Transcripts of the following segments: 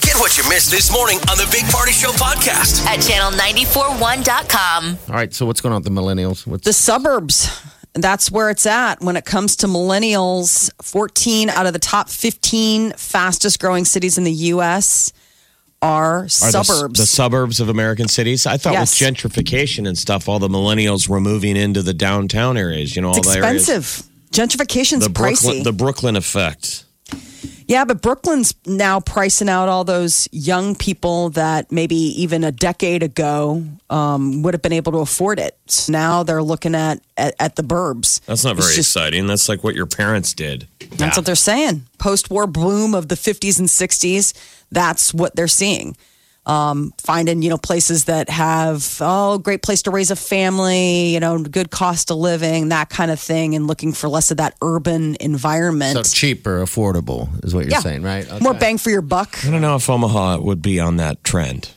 Get what you missed this morning on the Big Party Show podcast. at channel941.com. All right, so what's going on with the millennials? What's the suburbs. That's where it's at when it comes to millennials. 14 out of the top 15 fastest growing cities in the U.S. are, Are the- suburbs. The, suburbs of American cities. I thought Yes. with gentrification and stuff, all the millennials were moving into the downtown areas. You know, all it's the areas. expensive. Gentrification's The Brooklyn, pricey. the Brooklyn effect. yeah, but Brooklyn's now pricing out all those young people that maybe even a decade ago um, would have been able to afford it. So now they're looking at at, at the burbs. That's not It's very just- exciting. That's like what your parents did. That's what they're saying. Post war boom of the 50s and 60s. That's what they're seeing. Um, finding, you know, places that have, oh, great place to raise a family, you know, good cost of living, that kind of thing, and looking for less of that urban so environment. cheaper, affordable is what you're Yeah. saying, right? More Okay. bang for your buck. I don't know if Omaha would be on that trend.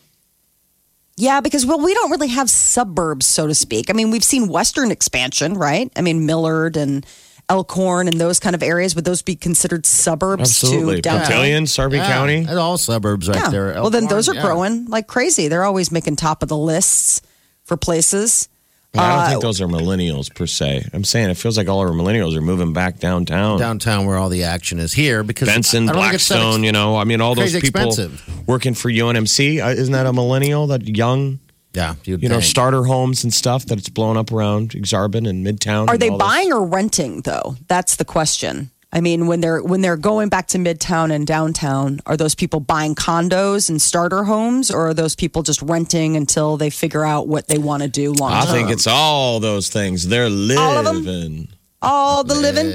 Yeah, because, well, we don't really have suburbs, so to speak. I mean, we've seen Western expansion, right? I mean, Millard and Elkhorn and those kind of areas. Would those be considered suburbs Absolutely. to downtown? Papillion, Sarpy Yeah, County. that's all suburbs right Yeah. there. well, then those are Elkhorn, yeah. growing like crazy. They're always making top of the lists for places. But I Uh, don't think those are millennials per se. I'm saying it feels like all our millennials are moving back downtown. Downtown where all the action is here because Benson, I don't think it's that Blackstone, you know, I mean, all those Crazy people expensive. working for UNMC. Uh, Isn't that a millennial? That young, ex- yeah, you'd you know, think. starter homes and stuff that it's blown up around Exarban and Midtown. Are and they all this. buying or renting though? That's the question. I mean, when they're when they're going back to Midtown and downtown, are those people buying condos and starter homes, or are those people just renting until they figure out what they want to do long I term? think it's all those things. They're living. All of 'em? All the Uh, living.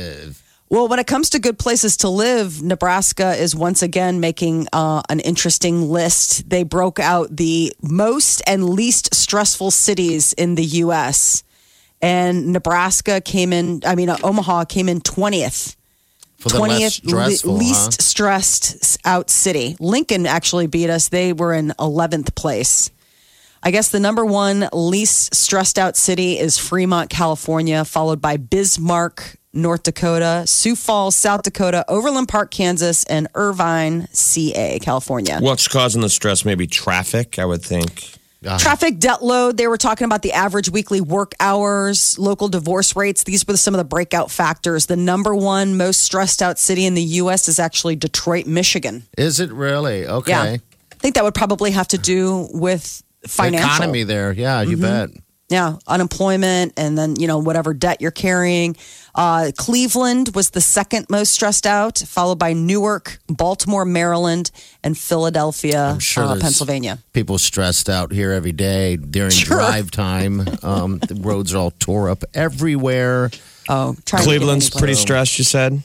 Well, when it comes to good places to live, Nebraska is once again making uh, an interesting list. They broke out the most and least stressful cities in the U.S., and Nebraska came in, I mean, uh, Omaha came in 20th. for the less stressful, le- huh? least stressed s- out city. Lincoln actually beat us. They were in 11th place. I guess the number one least stressed out city is Fremont, California, followed by Bismarck, North Dakota, Sioux Falls, South Dakota, Overland Park, Kansas, and Irvine, CA, California. What's causing the stress? Maybe traffic, I would think. Traffic debt load. They were talking about the average weekly work hours, local divorce rates. These were some of the breakout factors. The number one most stressed out city in the U.S. is actually Detroit, Michigan. Is it really okay? Yeah. I think that would probably have to do with The financial. Mm-hmm. economy there, yeah, you bet. Yeah, unemployment and then, you know, whatever debt you're carrying. Uh, Cleveland was the second most stressed out, followed by Newark, Baltimore, Maryland, and Philadelphia, I'm sure uh, there's Pennsylvania. People stressed out here every day during Sure. drive time. Um, the roads are all tore up everywhere. Oh, try to get Cleveland's any place. pretty stressed, you said?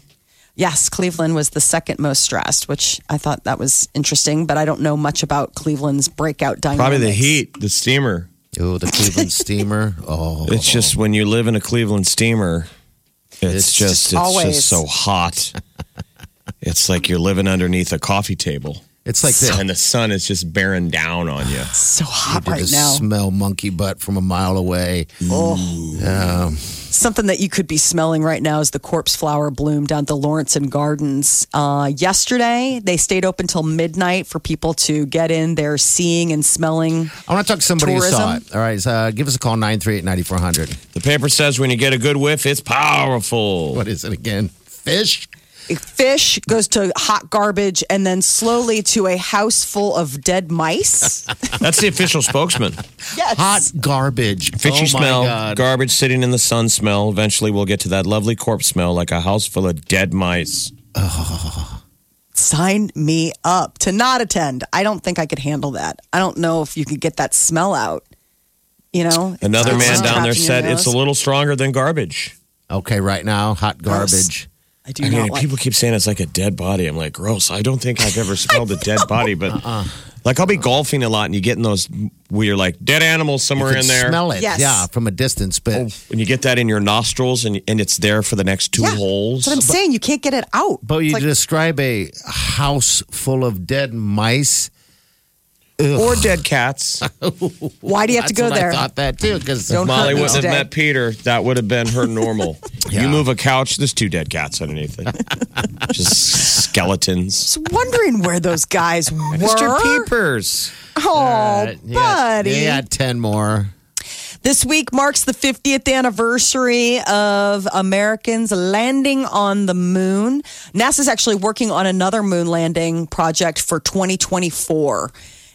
Yes, Cleveland was the second most stressed, which I thought that was interesting, but I don't know much about Cleveland's breakout dynamics. Probably the heat, the steamer. Oh, the Cleveland steamer. Oh, It's just when you live in a Cleveland steamer, it's, It's just, just it's always- just so hot. it's like you're living underneath a coffee table. it's like this. and the sun is just bearing down on you. So hot You right just now. smell monkey butt from a mile away. Something that you could be smelling right now is the corpse flower bloom down at the Lawrence and Gardens. Uh, yesterday, they stayed open till midnight for people to get in their seeing and smelling. I want to talk to somebody who saw Tourism? it. All right, so, uh, give us a call 938-9400. The paper says when you get a good whiff, it's powerful. What is it again? Fish? Fish goes to hot garbage and then slowly to a house full of dead mice. That's the official spokesman. yes. Hot garbage. Fishy oh my smell, God. garbage sitting in the sun smell. Eventually, we'll get to that lovely corpse smell, like a house full of dead mice. sign me up to not attend. I don't think I could handle that. I don't know if you could get that smell out. You know, Another It's man just down there trapped in your said it's a nose. little stronger than garbage. okay, right now, hot garbage. I do I mean, not like. Uh-uh. people keep saying it's like a dead body. I'm like, gross. I don't think I've ever smelled a dead body, but Like I'll be golfing a lot, and you get in those where you're like dead animals somewhere You in can there, Oh. Smell it. Yes. Yeah, from a distance. But and you get that in your nostrils, and and it's there for the next two Yeah, holes. That's what I'm saying. You can't get it out. but you It's like- describe a house full of dead mice. or dead cats. why do you have to That's go what there? I thought that too because Don't Molly Not wouldn't have today. met Peter. That would have been her normal. You Yeah. move a couch, there's two dead cats underneath it. Just skeletons. Just wondering where those guys were. Mr. Peepers. Oh, buddy. Yeah, ten more. This week marks the 50th anniversary of Americans landing on the moon. NASA's actually working on another moon landing project for 2024.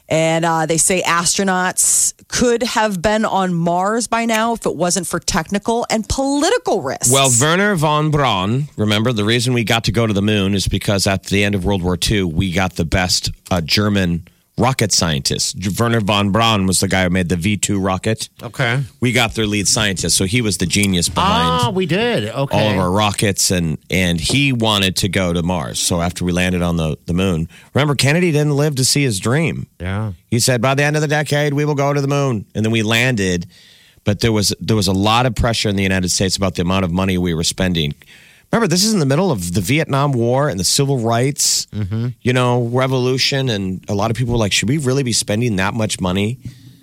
And uh, they say astronauts could have been on Mars by now if it wasn't for technical and political risks. Well, Werner von Braun, remember, the reason we got to go to the moon is because at the end of World War II, we got the best uh, German rocket scientist. J- Werner von Braun was the guy who made the V 2 rocket. Okay. We got their lead scientist, so he was the genius behind. Ah, we did. Okay. all of our rockets and and he wanted to go to Mars. So after we landed on the, the moon, remember Kennedy didn't live to see his dream. Yeah. He said by the end of the decade we will go to the moon. And then we landed, but there was there was a lot of pressure in the United States about the amount of money we were spending. Remember, this is in the middle of the Vietnam War and the civil rights, you know, revolution, and a lot of people were like, "Should we really be spending that much money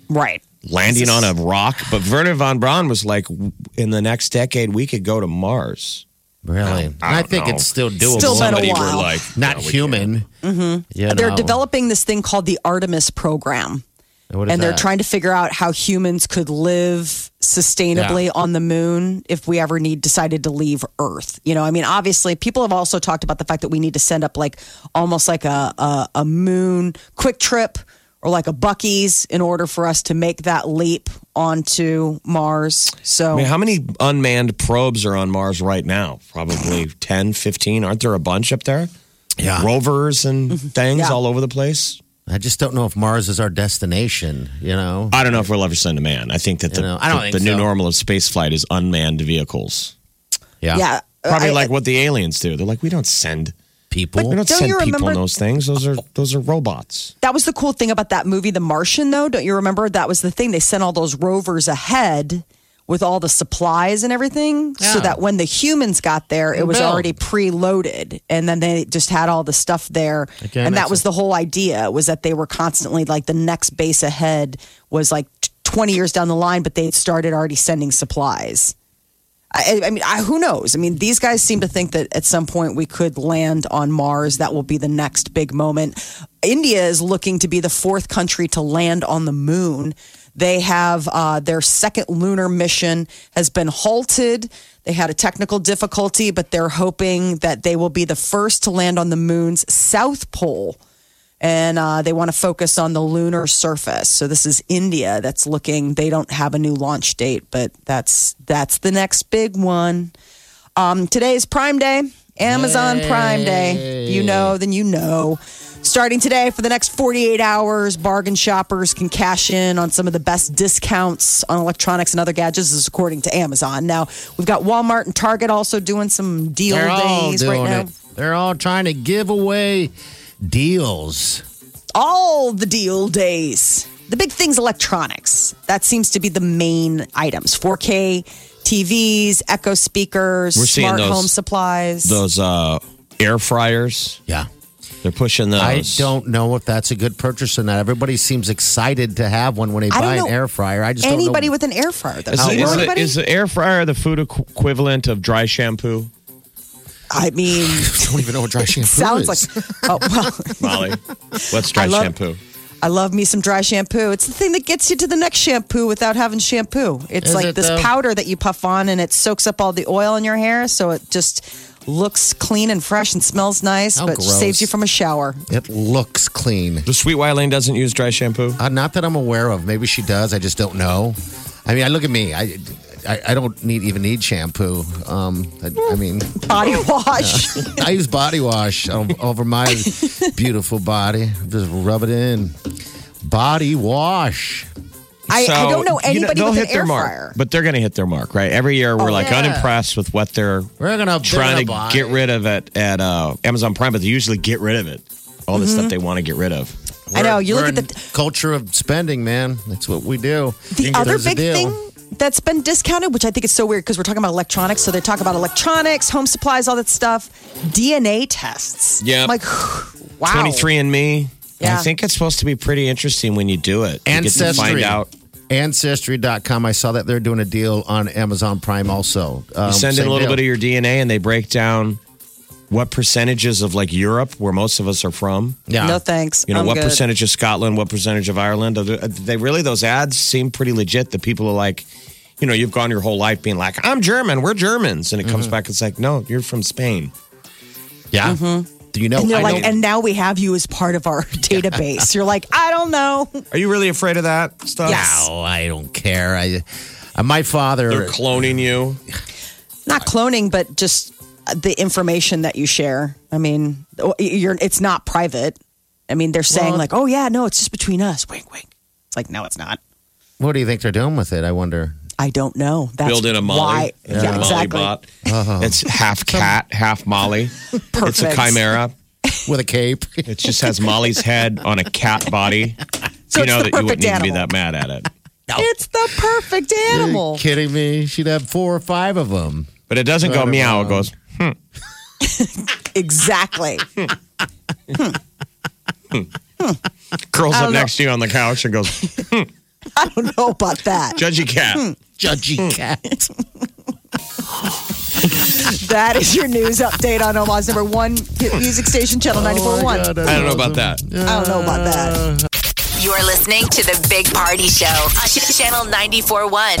right. landing on a rock?" But Werner von Braun was like, "W- "In the next decade, we could go to Mars." Really? And I, think know. it's still doable. Still been a somebody were while. like, Not "No, we human. Mm-hmm. They're developing this thing called the Artemis program. and they're trying to figure out how humans could live sustainably Yeah. on the moon if we ever need decided to leave earth you know i mean obviously people have also talked about the fact that we need to send up like almost like a a, a moon quick trip or like a bucky's in order for us to make that leap onto mars so I mean, how many unmanned probes are on Mars right now? Probably 10, 15. Aren't there a bunch up there? Yeah. Rovers and things Yeah. all over the place. I just don't know if Mars is our destination. You know. I don't know if we'll ever send a man. I think that the, You know, I don't the, think the new so. normal of space flight is unmanned vehicles. yeah. yeah Probably I- like what the aliens do. They're like, we don't send People. we don't, Don't send you people in remember- those things. Those are those are robots. That was the cool thing about that movie, The Martian, though. Don't you remember? That was the thing. They sent all those rovers ahead with all the supplies and everything so Yeah. that when the humans got there, it was Build. already preloaded. And then they just had all the stuff there. Okay, and that makes was the whole idea was that they were constantly like the next base ahead was like t- 20 years down the line, but they had started already sending supplies. I, I mean, I, who knows? I mean, these guys seem to think that at some point we could land on Mars. That will be the next big moment. India is looking to be the fourth country to land on the moon. They have uh, their second lunar mission has been halted. They had a technical difficulty, but they're hoping that they will be the first to land on the moon's south pole and uh, they want to focus on the lunar surface. So this is India that's looking. They don't have a new launch date, but that's that's the next big one. Um, today is Prime Day, Amazon Prime Day. If You know, then you know. Starting today for the next 48 hours, bargain shoppers can cash in on some of the best discounts on electronics and other gadgets, this is according to Amazon. Now, we've got Walmart and Target also doing some deal They're all days right doing now. it. They're all trying to give away deals. all the deal days. The big thing's electronics. That seems to be the main items 4K TVs, Echo speakers, We're seeing smart those- home supplies. Those uh, air fryers. Yeah. They're pushing those. I don't know if that's a good purchase or not. Everybody seems excited to have one when they I buy don't an know air fryer. I just Anybody don't know. with an air fryer, though. Is, Do the- you know is, the, anybody? is the air fryer the food equ- equivalent of dry shampoo, I mean, I don't even know what dry shampoo sounds is. like. Oh, well, Molly? What's dry I love- shampoo? I love me some dry shampoo. It's the thing that gets you to the next shampoo without having shampoo. It's Is like it, this though? powder that you puff on and it soaks up all the oil in your hair. So it just looks clean and fresh and smells nice, How but saves gross. you from a shower. It looks clean. The Sweet Wileen doesn't use dry shampoo. Uh, not that I'm aware of. Maybe she does. I just don't know. I mean, I look at me. I, I, I don't need even need shampoo. Um, I, I mean, Body wash. I use body wash o- over my beautiful body. Just rub it in. Body wash. I, I don't know you anybody they'll with hit an air their mark, fryer. Oh, but they're going to hit their mark, right? Every year, we're like yeah. unimpressed with what they're We're gonna they're trying to gonna buy. Mm-hmm. get rid of at at uh, Amazon Prime, but they usually get rid of it. All this stuff they want to get rid of. I know. You We're look at in the culture of spending, man. That's what we do. the other There's a big deal. thing that's been discounted, which I think is so weird because we're talking about electronics, so they talk about electronics, home supplies, all that stuff, DNA tests. Yep. I'm like, wow. 23 and me. Yeah. I think it's supposed to be pretty interesting when you do it. You get to find Ancestry. out. Ancestry.com. I saw that they're doing a deal on Amazon Prime also. Um, You send in same a little deal. bit of your DNA and they break down what percentages of like Europe, where most of us are from. Yeah. No thanks. You know, I'm what good. percentage of Scotland, what percentage of Ireland? Are there- they really, those ads seem pretty legit. The people are like, you know, you've gone your whole life being like, I'm German, we're Germans. And it Mm-hmm. comes back, it's like, no, you're from Spain. Yeah. Do you know? Mm-hmm. And they're I like, know- and now we have you as part of our database. You're like, I don't know. Are you really afraid of that stuff? Yes. oh, I don't care. I, uh, my father. They're cloning you. Not cloning, but just uh, the information that you share. I mean, you're it's not private. I mean, they're saying like, oh yeah, no, it's just between us. Wink, wink. It's like, no, it's not. what do you think they're doing with it? I wonder. I don't know. That's build in a Molly. Why? Molly Yeah, exactly. Uh-huh. bot. It's half cat, half Molly. It's a Perfect. chimera. With a cape. It just has Molly's head on a cat body. So you it's know the that you wouldn't perfect need to be animal. that mad at it. It's the perfect Are you animal. kidding me? She'd have four or five of them. But it doesn't go Right meow. It around. goes, Exactly. curls I up don't next to you on the couch and goes, I don't know about that. judgy Hmm. cat. Judgy cat. That is your news update on Omaha's number one hit music station, Oh Channel 94.1. I don't know about that. I don't know about that. You're listening to the Big Party Show on Ch- Channel 94.1.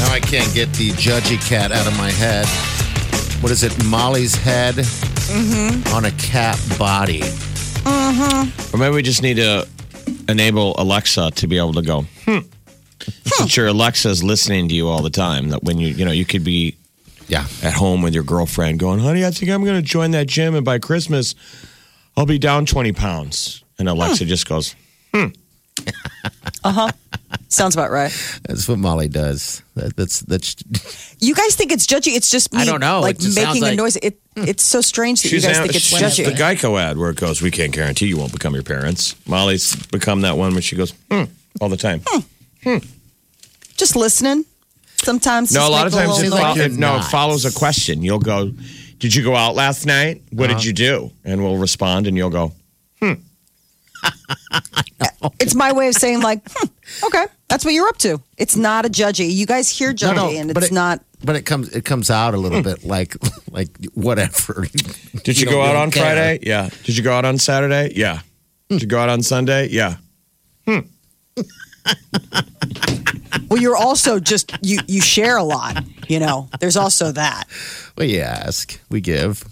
Now I can't get the judgy cat out of my head. What is it? Molly's head Mm-hmm. on a cat body. Or maybe we just need to enable Alexa to be able to go, hmm. Since your Alexa's listening to you all the time, that when you, you know, you could be Yeah. at home with your girlfriend going, honey, I think I'm going to join that gym. And by Christmas, I'll be down 20 pounds. And Alexa just goes, Sounds about right. That's what Molly does. That, that's that's You guys think it's judgy. It's just me. I don't know. Like It just making a sounds like- Hmm. noise. It, it's so strange that she's you guys out- think it's she's judgy. the Geico ad where it goes, we can't guarantee you won't become your parents. Molly's become that one where she goes, hmm, all the time. Just listening. Sometimes. No, a just lot make of times it, little like fol- you're it- no, it not. follows a question. You'll go, did you go out last night? What did you do? And we'll respond and you'll go, It's my way of saying like, hmm, okay, that's what you're up to. It's not a judgy. You guys hear judgy, and it's it, not. Hmm. But it comes it comes out a little bit like like whatever. Did you, You go don't out really on care. Friday? Yeah. Did you go out on Saturday? Yeah. Hmm. Did you go out on Sunday? Yeah. Well, you're also just you. You share a lot. You know, there's also that. We ask, we give.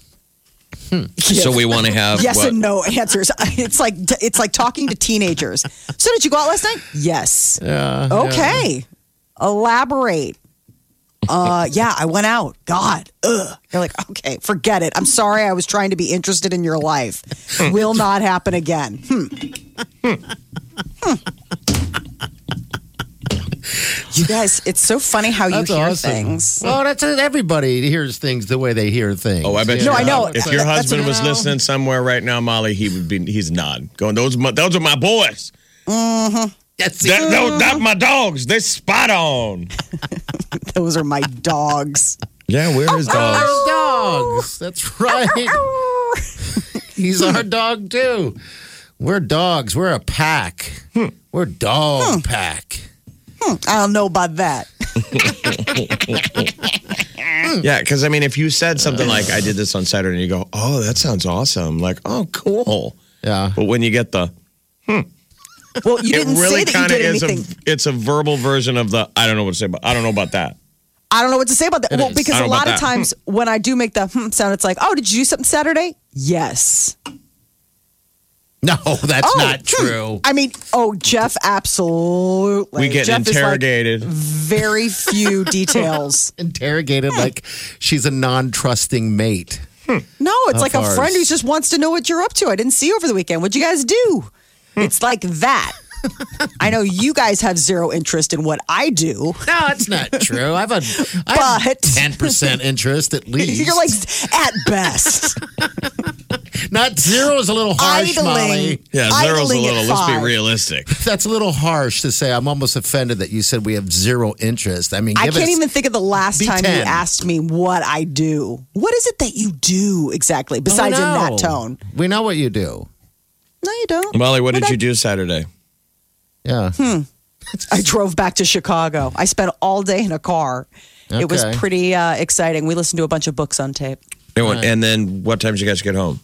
So we want to have yes and no answers. It's like it's like talking to teenagers. So did you go out last night? Yes. okay. Elaborate. Uh, yeah, I went out. God, ugh. You're like, okay, forget it. I'm sorry. I was trying to be interested in your life. Will not happen again. Hmm. You guys, it's so funny how you That's hear awesome. things. Well, that's everybody hears things the way they hear things. Oh, I bet. you No, I know. If your That's- husband was listening somewhere right now, Molly, he would be. He's not going. Those, my, those are my boys. That's That, those, that my dogs. They spot on. Those are my dogs. Yeah, where Oh, is dogs? dogs. That's right. He's our dog too. We're dogs. We're a pack. Hmm. We're dog Hmm. pack. I don't know about that. Yeah, because I mean, if you said something like, "I did this on Saturday," and you go, "Oh, that sounds awesome," like, "Oh, cool." Yeah. But when you get the, Well, you it didn't really say that you kind of did is anything. a. It's a verbal version of the. I don't know what to say, but I don't know about that. I don't know what to say about that. It well, is. because I a don't know lot of about that. times when I do make the hmm sound, it's like, oh, did you do something Saturday? Yes. No, that's oh, not hmm. true. I mean, oh, Jeff, absolutely. We get Jeff is, like, interrogated. very few details. Interrogated Hmm. like she's a non-trusting mate. No, it's like a ours. friend who just wants to know what you're up to. I didn't see you over the weekend. What'd you guys do? Hmm. It's like that. I know you guys have zero interest in what I do. No, that's not true. I've a I have But- ten percent interest at least. You're like at best. Not zero is a little harsh, idling. Molly. Yeah, zero's a idling at little. Let's be five. realistic. That's a little harsh to say. I'm almost offended that you said we have zero interest. I mean, I give can't us- even think of the last Be time 10. you asked me what I do. What is it that you do exactly Oh, besides in no. that tone? We know what you do. No, you don't. Molly, what did What'd you do Saturday? Yeah. Hmm. I drove back to Chicago. I spent all day in a car. It was Okay. pretty uh, exciting. We listened to a bunch of books on tape. And, what- and then what time did you guys get home?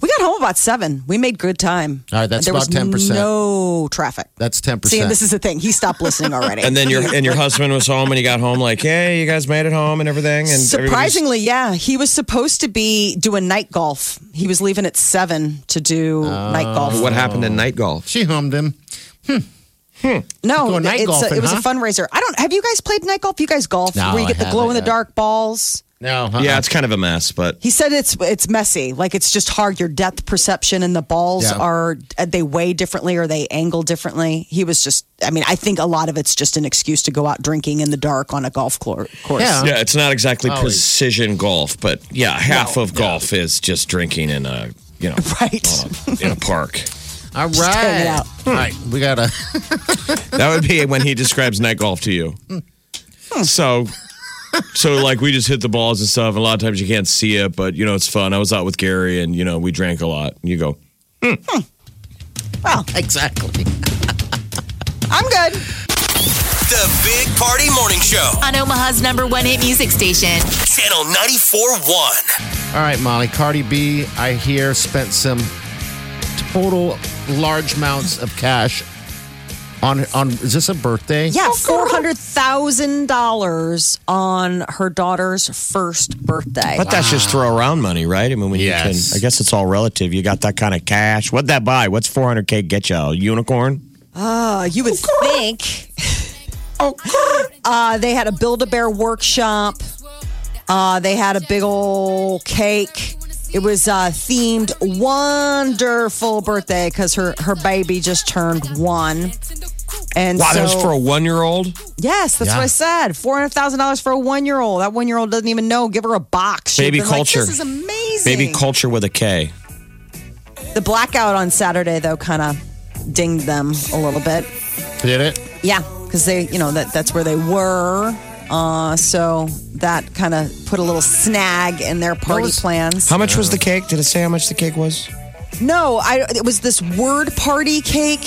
We got home about seven. We made good time. All right, that's there was about 10%. No traffic. That's 10%. See, and this is the thing. He stopped listening already. And then your and your husband was home and he got home like, hey, you guys made it home and everything. And everybody's- Surprisingly, yeah, he was supposed to be doing night golf. He was leaving at seven to do night golf. Oh. what happened in night golf? she hummed him. No, Going night it's a, golfing, it was a huh? fundraiser. I don't. Have you guys played night golf? You guys golf No, where you I get the glow in the dark balls. No. uh-uh. Yeah, it's kind of a mess, but He said it's it's messy. Like it's just hard. Your depth perception and the balls Yeah. are uh, they weigh differently or they angle differently. He was just. I mean, I think a lot of it's just an excuse to go out drinking in the dark on a golf cour- course. Yeah. yeah, it's not exactly Molly. precision golf, but yeah, half of golf is just drinking in a you know Right. on a- in a park. All tearing it right. out. All right. We got to. That would be when he describes night golf to you. So, so like we just hit the balls and stuff. And a lot of times you can't see it, but you know it's fun. I was out with Gary, and you know we drank a lot. And you go, Well, exactly. I'm good. The Big Party Morning Show. on Omaha's number one hit music station. Channel 94.1. All right, Molly. Cardi B, I hear, spent some total large amounts of cash on on. Is this a birthday? Yeah, four hundred thousand dollars on her daughter's first birthday. but that's just throw around money, right? I mean, when Yes. you can, I guess it's all relative. You got that kind of cash. What'd that buy? What's four hundred k get you? A unicorn? Uh, you would think. Uh, they had a Build a Bear workshop. Uh, they had a big old cake. It was uh, themed wonderful birthday because her, her baby just turned one. And Wow, so, that was for a one year old. yes, that's Yeah. what I said. Four hundred thousand dollars for a one year old. That one year old doesn't even know. Give her a box. She'd Baby been like, culture. this is amazing. Maybe culture with a K. The blackout on Saturday though kind of dinged them a little bit. Did it? Yeah, because they, you know, that that's where they were. Uh, so that kind of put a little snag in their party was- plans. How much was the cake? Did it say how much the cake was? no, I it was this word party cake.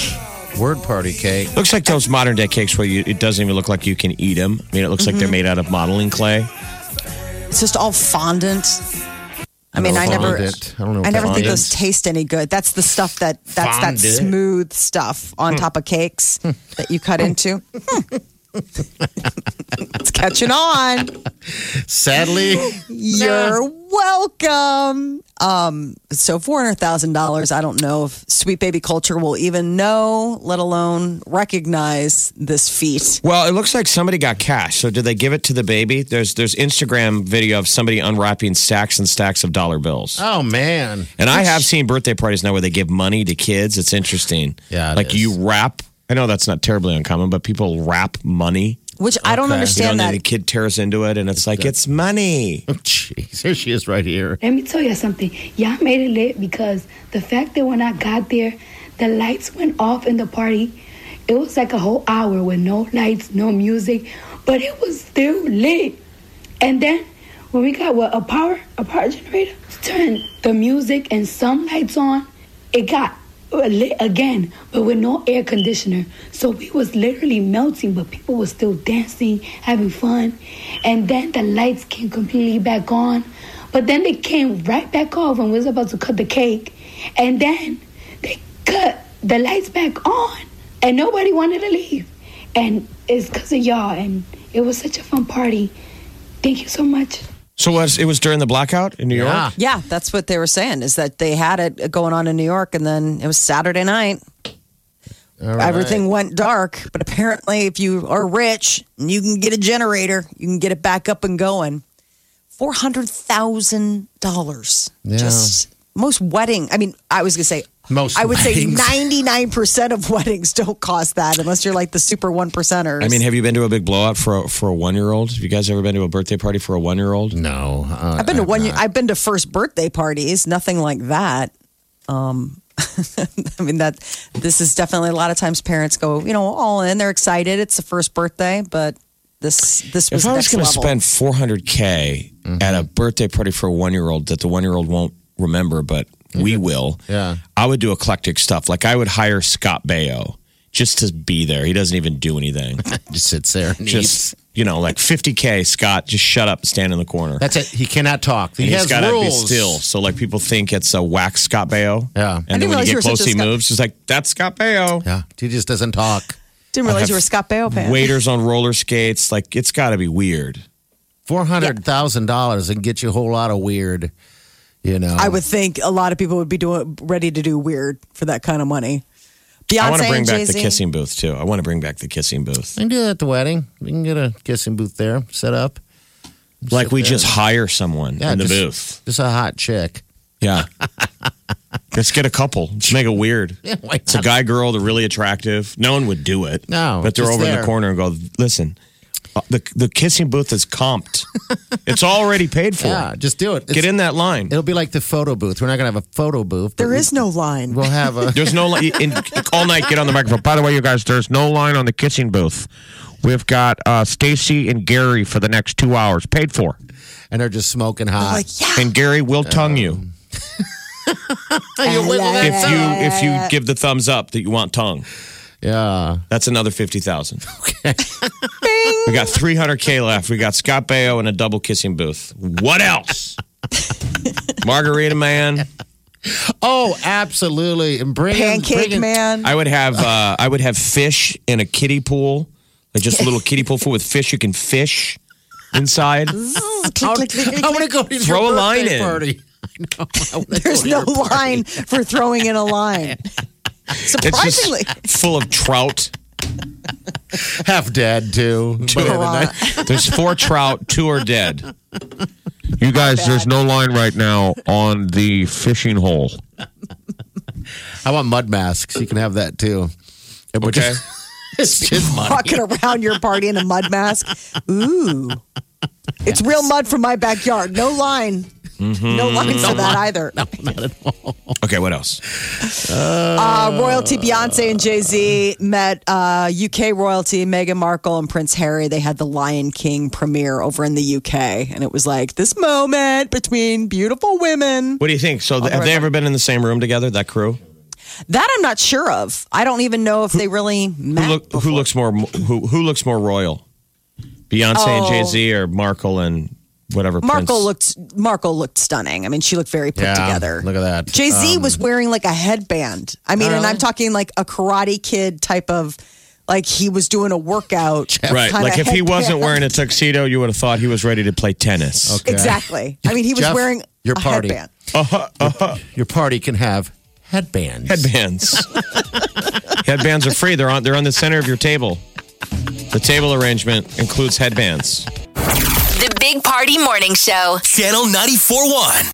Word party cake. Looks like those modern day cakes where you, it doesn't even look like you can eat them. I mean, it looks like they're made out of modeling clay. It's just all fondant. I mean, I never, Fondant. I don't know. I what never that think is. those taste any good. That's the stuff that that's that Fondant. Hmm. smooth stuff on top of cakes that you cut into. Hmm. it's catching on. Sadly, You're welcome. Um, so four hundred thousand dollars. I don't know if Sweet Baby Culture will even know, let alone recognize this feat. Well, it looks like somebody got cash. So did they give it to the baby? There's there's Instagram video of somebody unwrapping stacks and stacks of dollar bills. oh man, And I have seen birthday parties now where they give money to kids. It's interesting. Yeah, it like is. you wrap. I know that's not terribly uncommon, but people wrap money. Which I don't Okay. You know, understand and then that. the kid tears into it, and it's like it's money. jeez, here she is right here. Let me tell you something. Y'all made it lit because the fact that when I got there, the lights went off in the party. It was like a whole hour with no lights, no music, but it was still lit. And then when we got what a power, a power generator, turned the music and some lights on, it got lit again, but with no air conditioner. So we was literally melting, but people were still dancing, having fun. And then the lights came completely back on, but then they came right back off when we was about to cut the cake. And then they cut the lights back on, and nobody wanted to leave. And it's because of y'all, and it was such a fun party. Thank you so much. So was, it was during the blackout in New Yeah. York. yeah, that's what they were saying is that they had it going on in New York, and then it was Saturday night. Everything went dark, but apparently, if you are rich and you can get a generator, you can get it back up and going. Four hundred thousand dollars. Yeah. Just most wedding. I mean, I was gonna say Most I would weddings. say 99% of weddings don't cost that unless you're like the super one percenters. I mean, have you been to a big blowout for a, for a one year old? Have you guys ever been to a birthday party for a one year old? No. Uh, I've been to one. I've been to first birthday parties. Nothing like that. Um, I mean that this is definitely a lot of times parents go, you know, all in. They're excited. It's the first birthday, but this this was If I was next going to spend level. 400K Mm-hmm. at a birthday party for a one year old that the one year old won't remember, but we will, Mm-hmm. Yeah. I would do eclectic stuff. Like I would hire Scott Baio just to be there. He doesn't even do anything. just sits there. And eats. just, you know, like 50K, Scott, just shut up and stand in the corner. That's it. He cannot talk. He And has he's got to be rules. still. So, like, people think it's a wax Scott Baio. Yeah. I And didn't then when realize you you were get such close, a he Scott- moves. It's like, that's Scott Baio. Yeah. He just doesn't talk. Didn't realize you were Scott Baio fan. Waiters on roller skates. Like, it's got to be weird. Four hundred thousand dollars and get you a whole lot of weird. You know. I would think a lot of people would be doing ready to do weird for that kind of money. Beyonce I want to bring and back Jay-Z. the kissing booth, too. I want to bring back the kissing booth. I can do that at the wedding. We can get a kissing booth there, set up. Like we just hire someone in the just, booth. Just a hot chick. Yeah. Let's get a couple. Let's make it weird. Yeah, why it's a not? guy, girl. They're really attractive. No one would do it. No, But they're just over in there. the corner and go, listen, uh, the, the kissing booth is comped. it's already paid for. Yeah, just do it. Get It's- in that line. It'll be like the photo booth. We're not going to have a photo booth. but There is no line. We'll have a. There's no line. In, all night, get on the microphone. By the way, you guys, there's no line on the kissing booth. We've got uh, Stacy and Gary for the next two hours, paid for. and they're just smoking hot. like yeah, And Gary will tongue you You wiggle that if you if you give the thumbs up that you want tongue. yeah. That's another fifty thousand. Okay. we got three hundred k left. We got Scott Baio and a double kissing booth. What else? Margarita man. Oh, absolutely. And bring pancake bring in- man. I would have uh, I would have fish in a kiddie pool, like just a little kiddie pool full with fish. You can fish inside. Mm, I want to go to your Throw a birthday line in. Party. I know. I wanna There's go no to your party. line for throwing in a line. It's Surprisingly, just full of trout. Half dead too. But in the night- There's four trout. Two are dead. You guys, there's no line right now on the fishing hole. I want mud masks. You can have that too. And we're Okay. just- it's just money. walking around your party in a mud mask. Ooh. It's real mud from my backyard. No line. No line for that either. Okay. What else? Uh, royalty Beyonce and Jay Z met uh, UK royalty Meghan Markle and Prince Harry. They had the Lion King premiere over in the UK, and it was like this moment between beautiful women. What do you think? So have they ever been in the same room together? That crew. That I'm not sure of. I don't even know if they really met. Who, look, who looks more who who looks more royal? Beyonce and Oh. Jay Z or Markle and whatever. Markle Prince. looked Markle looked stunning. I mean, she looked very put Yeah, together. look at that. um, Jay Z was wearing like a headband. I mean, and really? I'm talking like a Karate Kid type of, like he was doing a workout. right. kinda Like if he wasn't headband. wearing a tuxedo, you would have thought he was ready to play tennis. Okay. Exactly. I mean, he was Jeff, wearing your a party. headband. Your party can have headbands. Headbands. headbands are free. They're on they're on the center of your table. The table arrangement includes headbands. The Big Party Morning Show. Channel 94.1.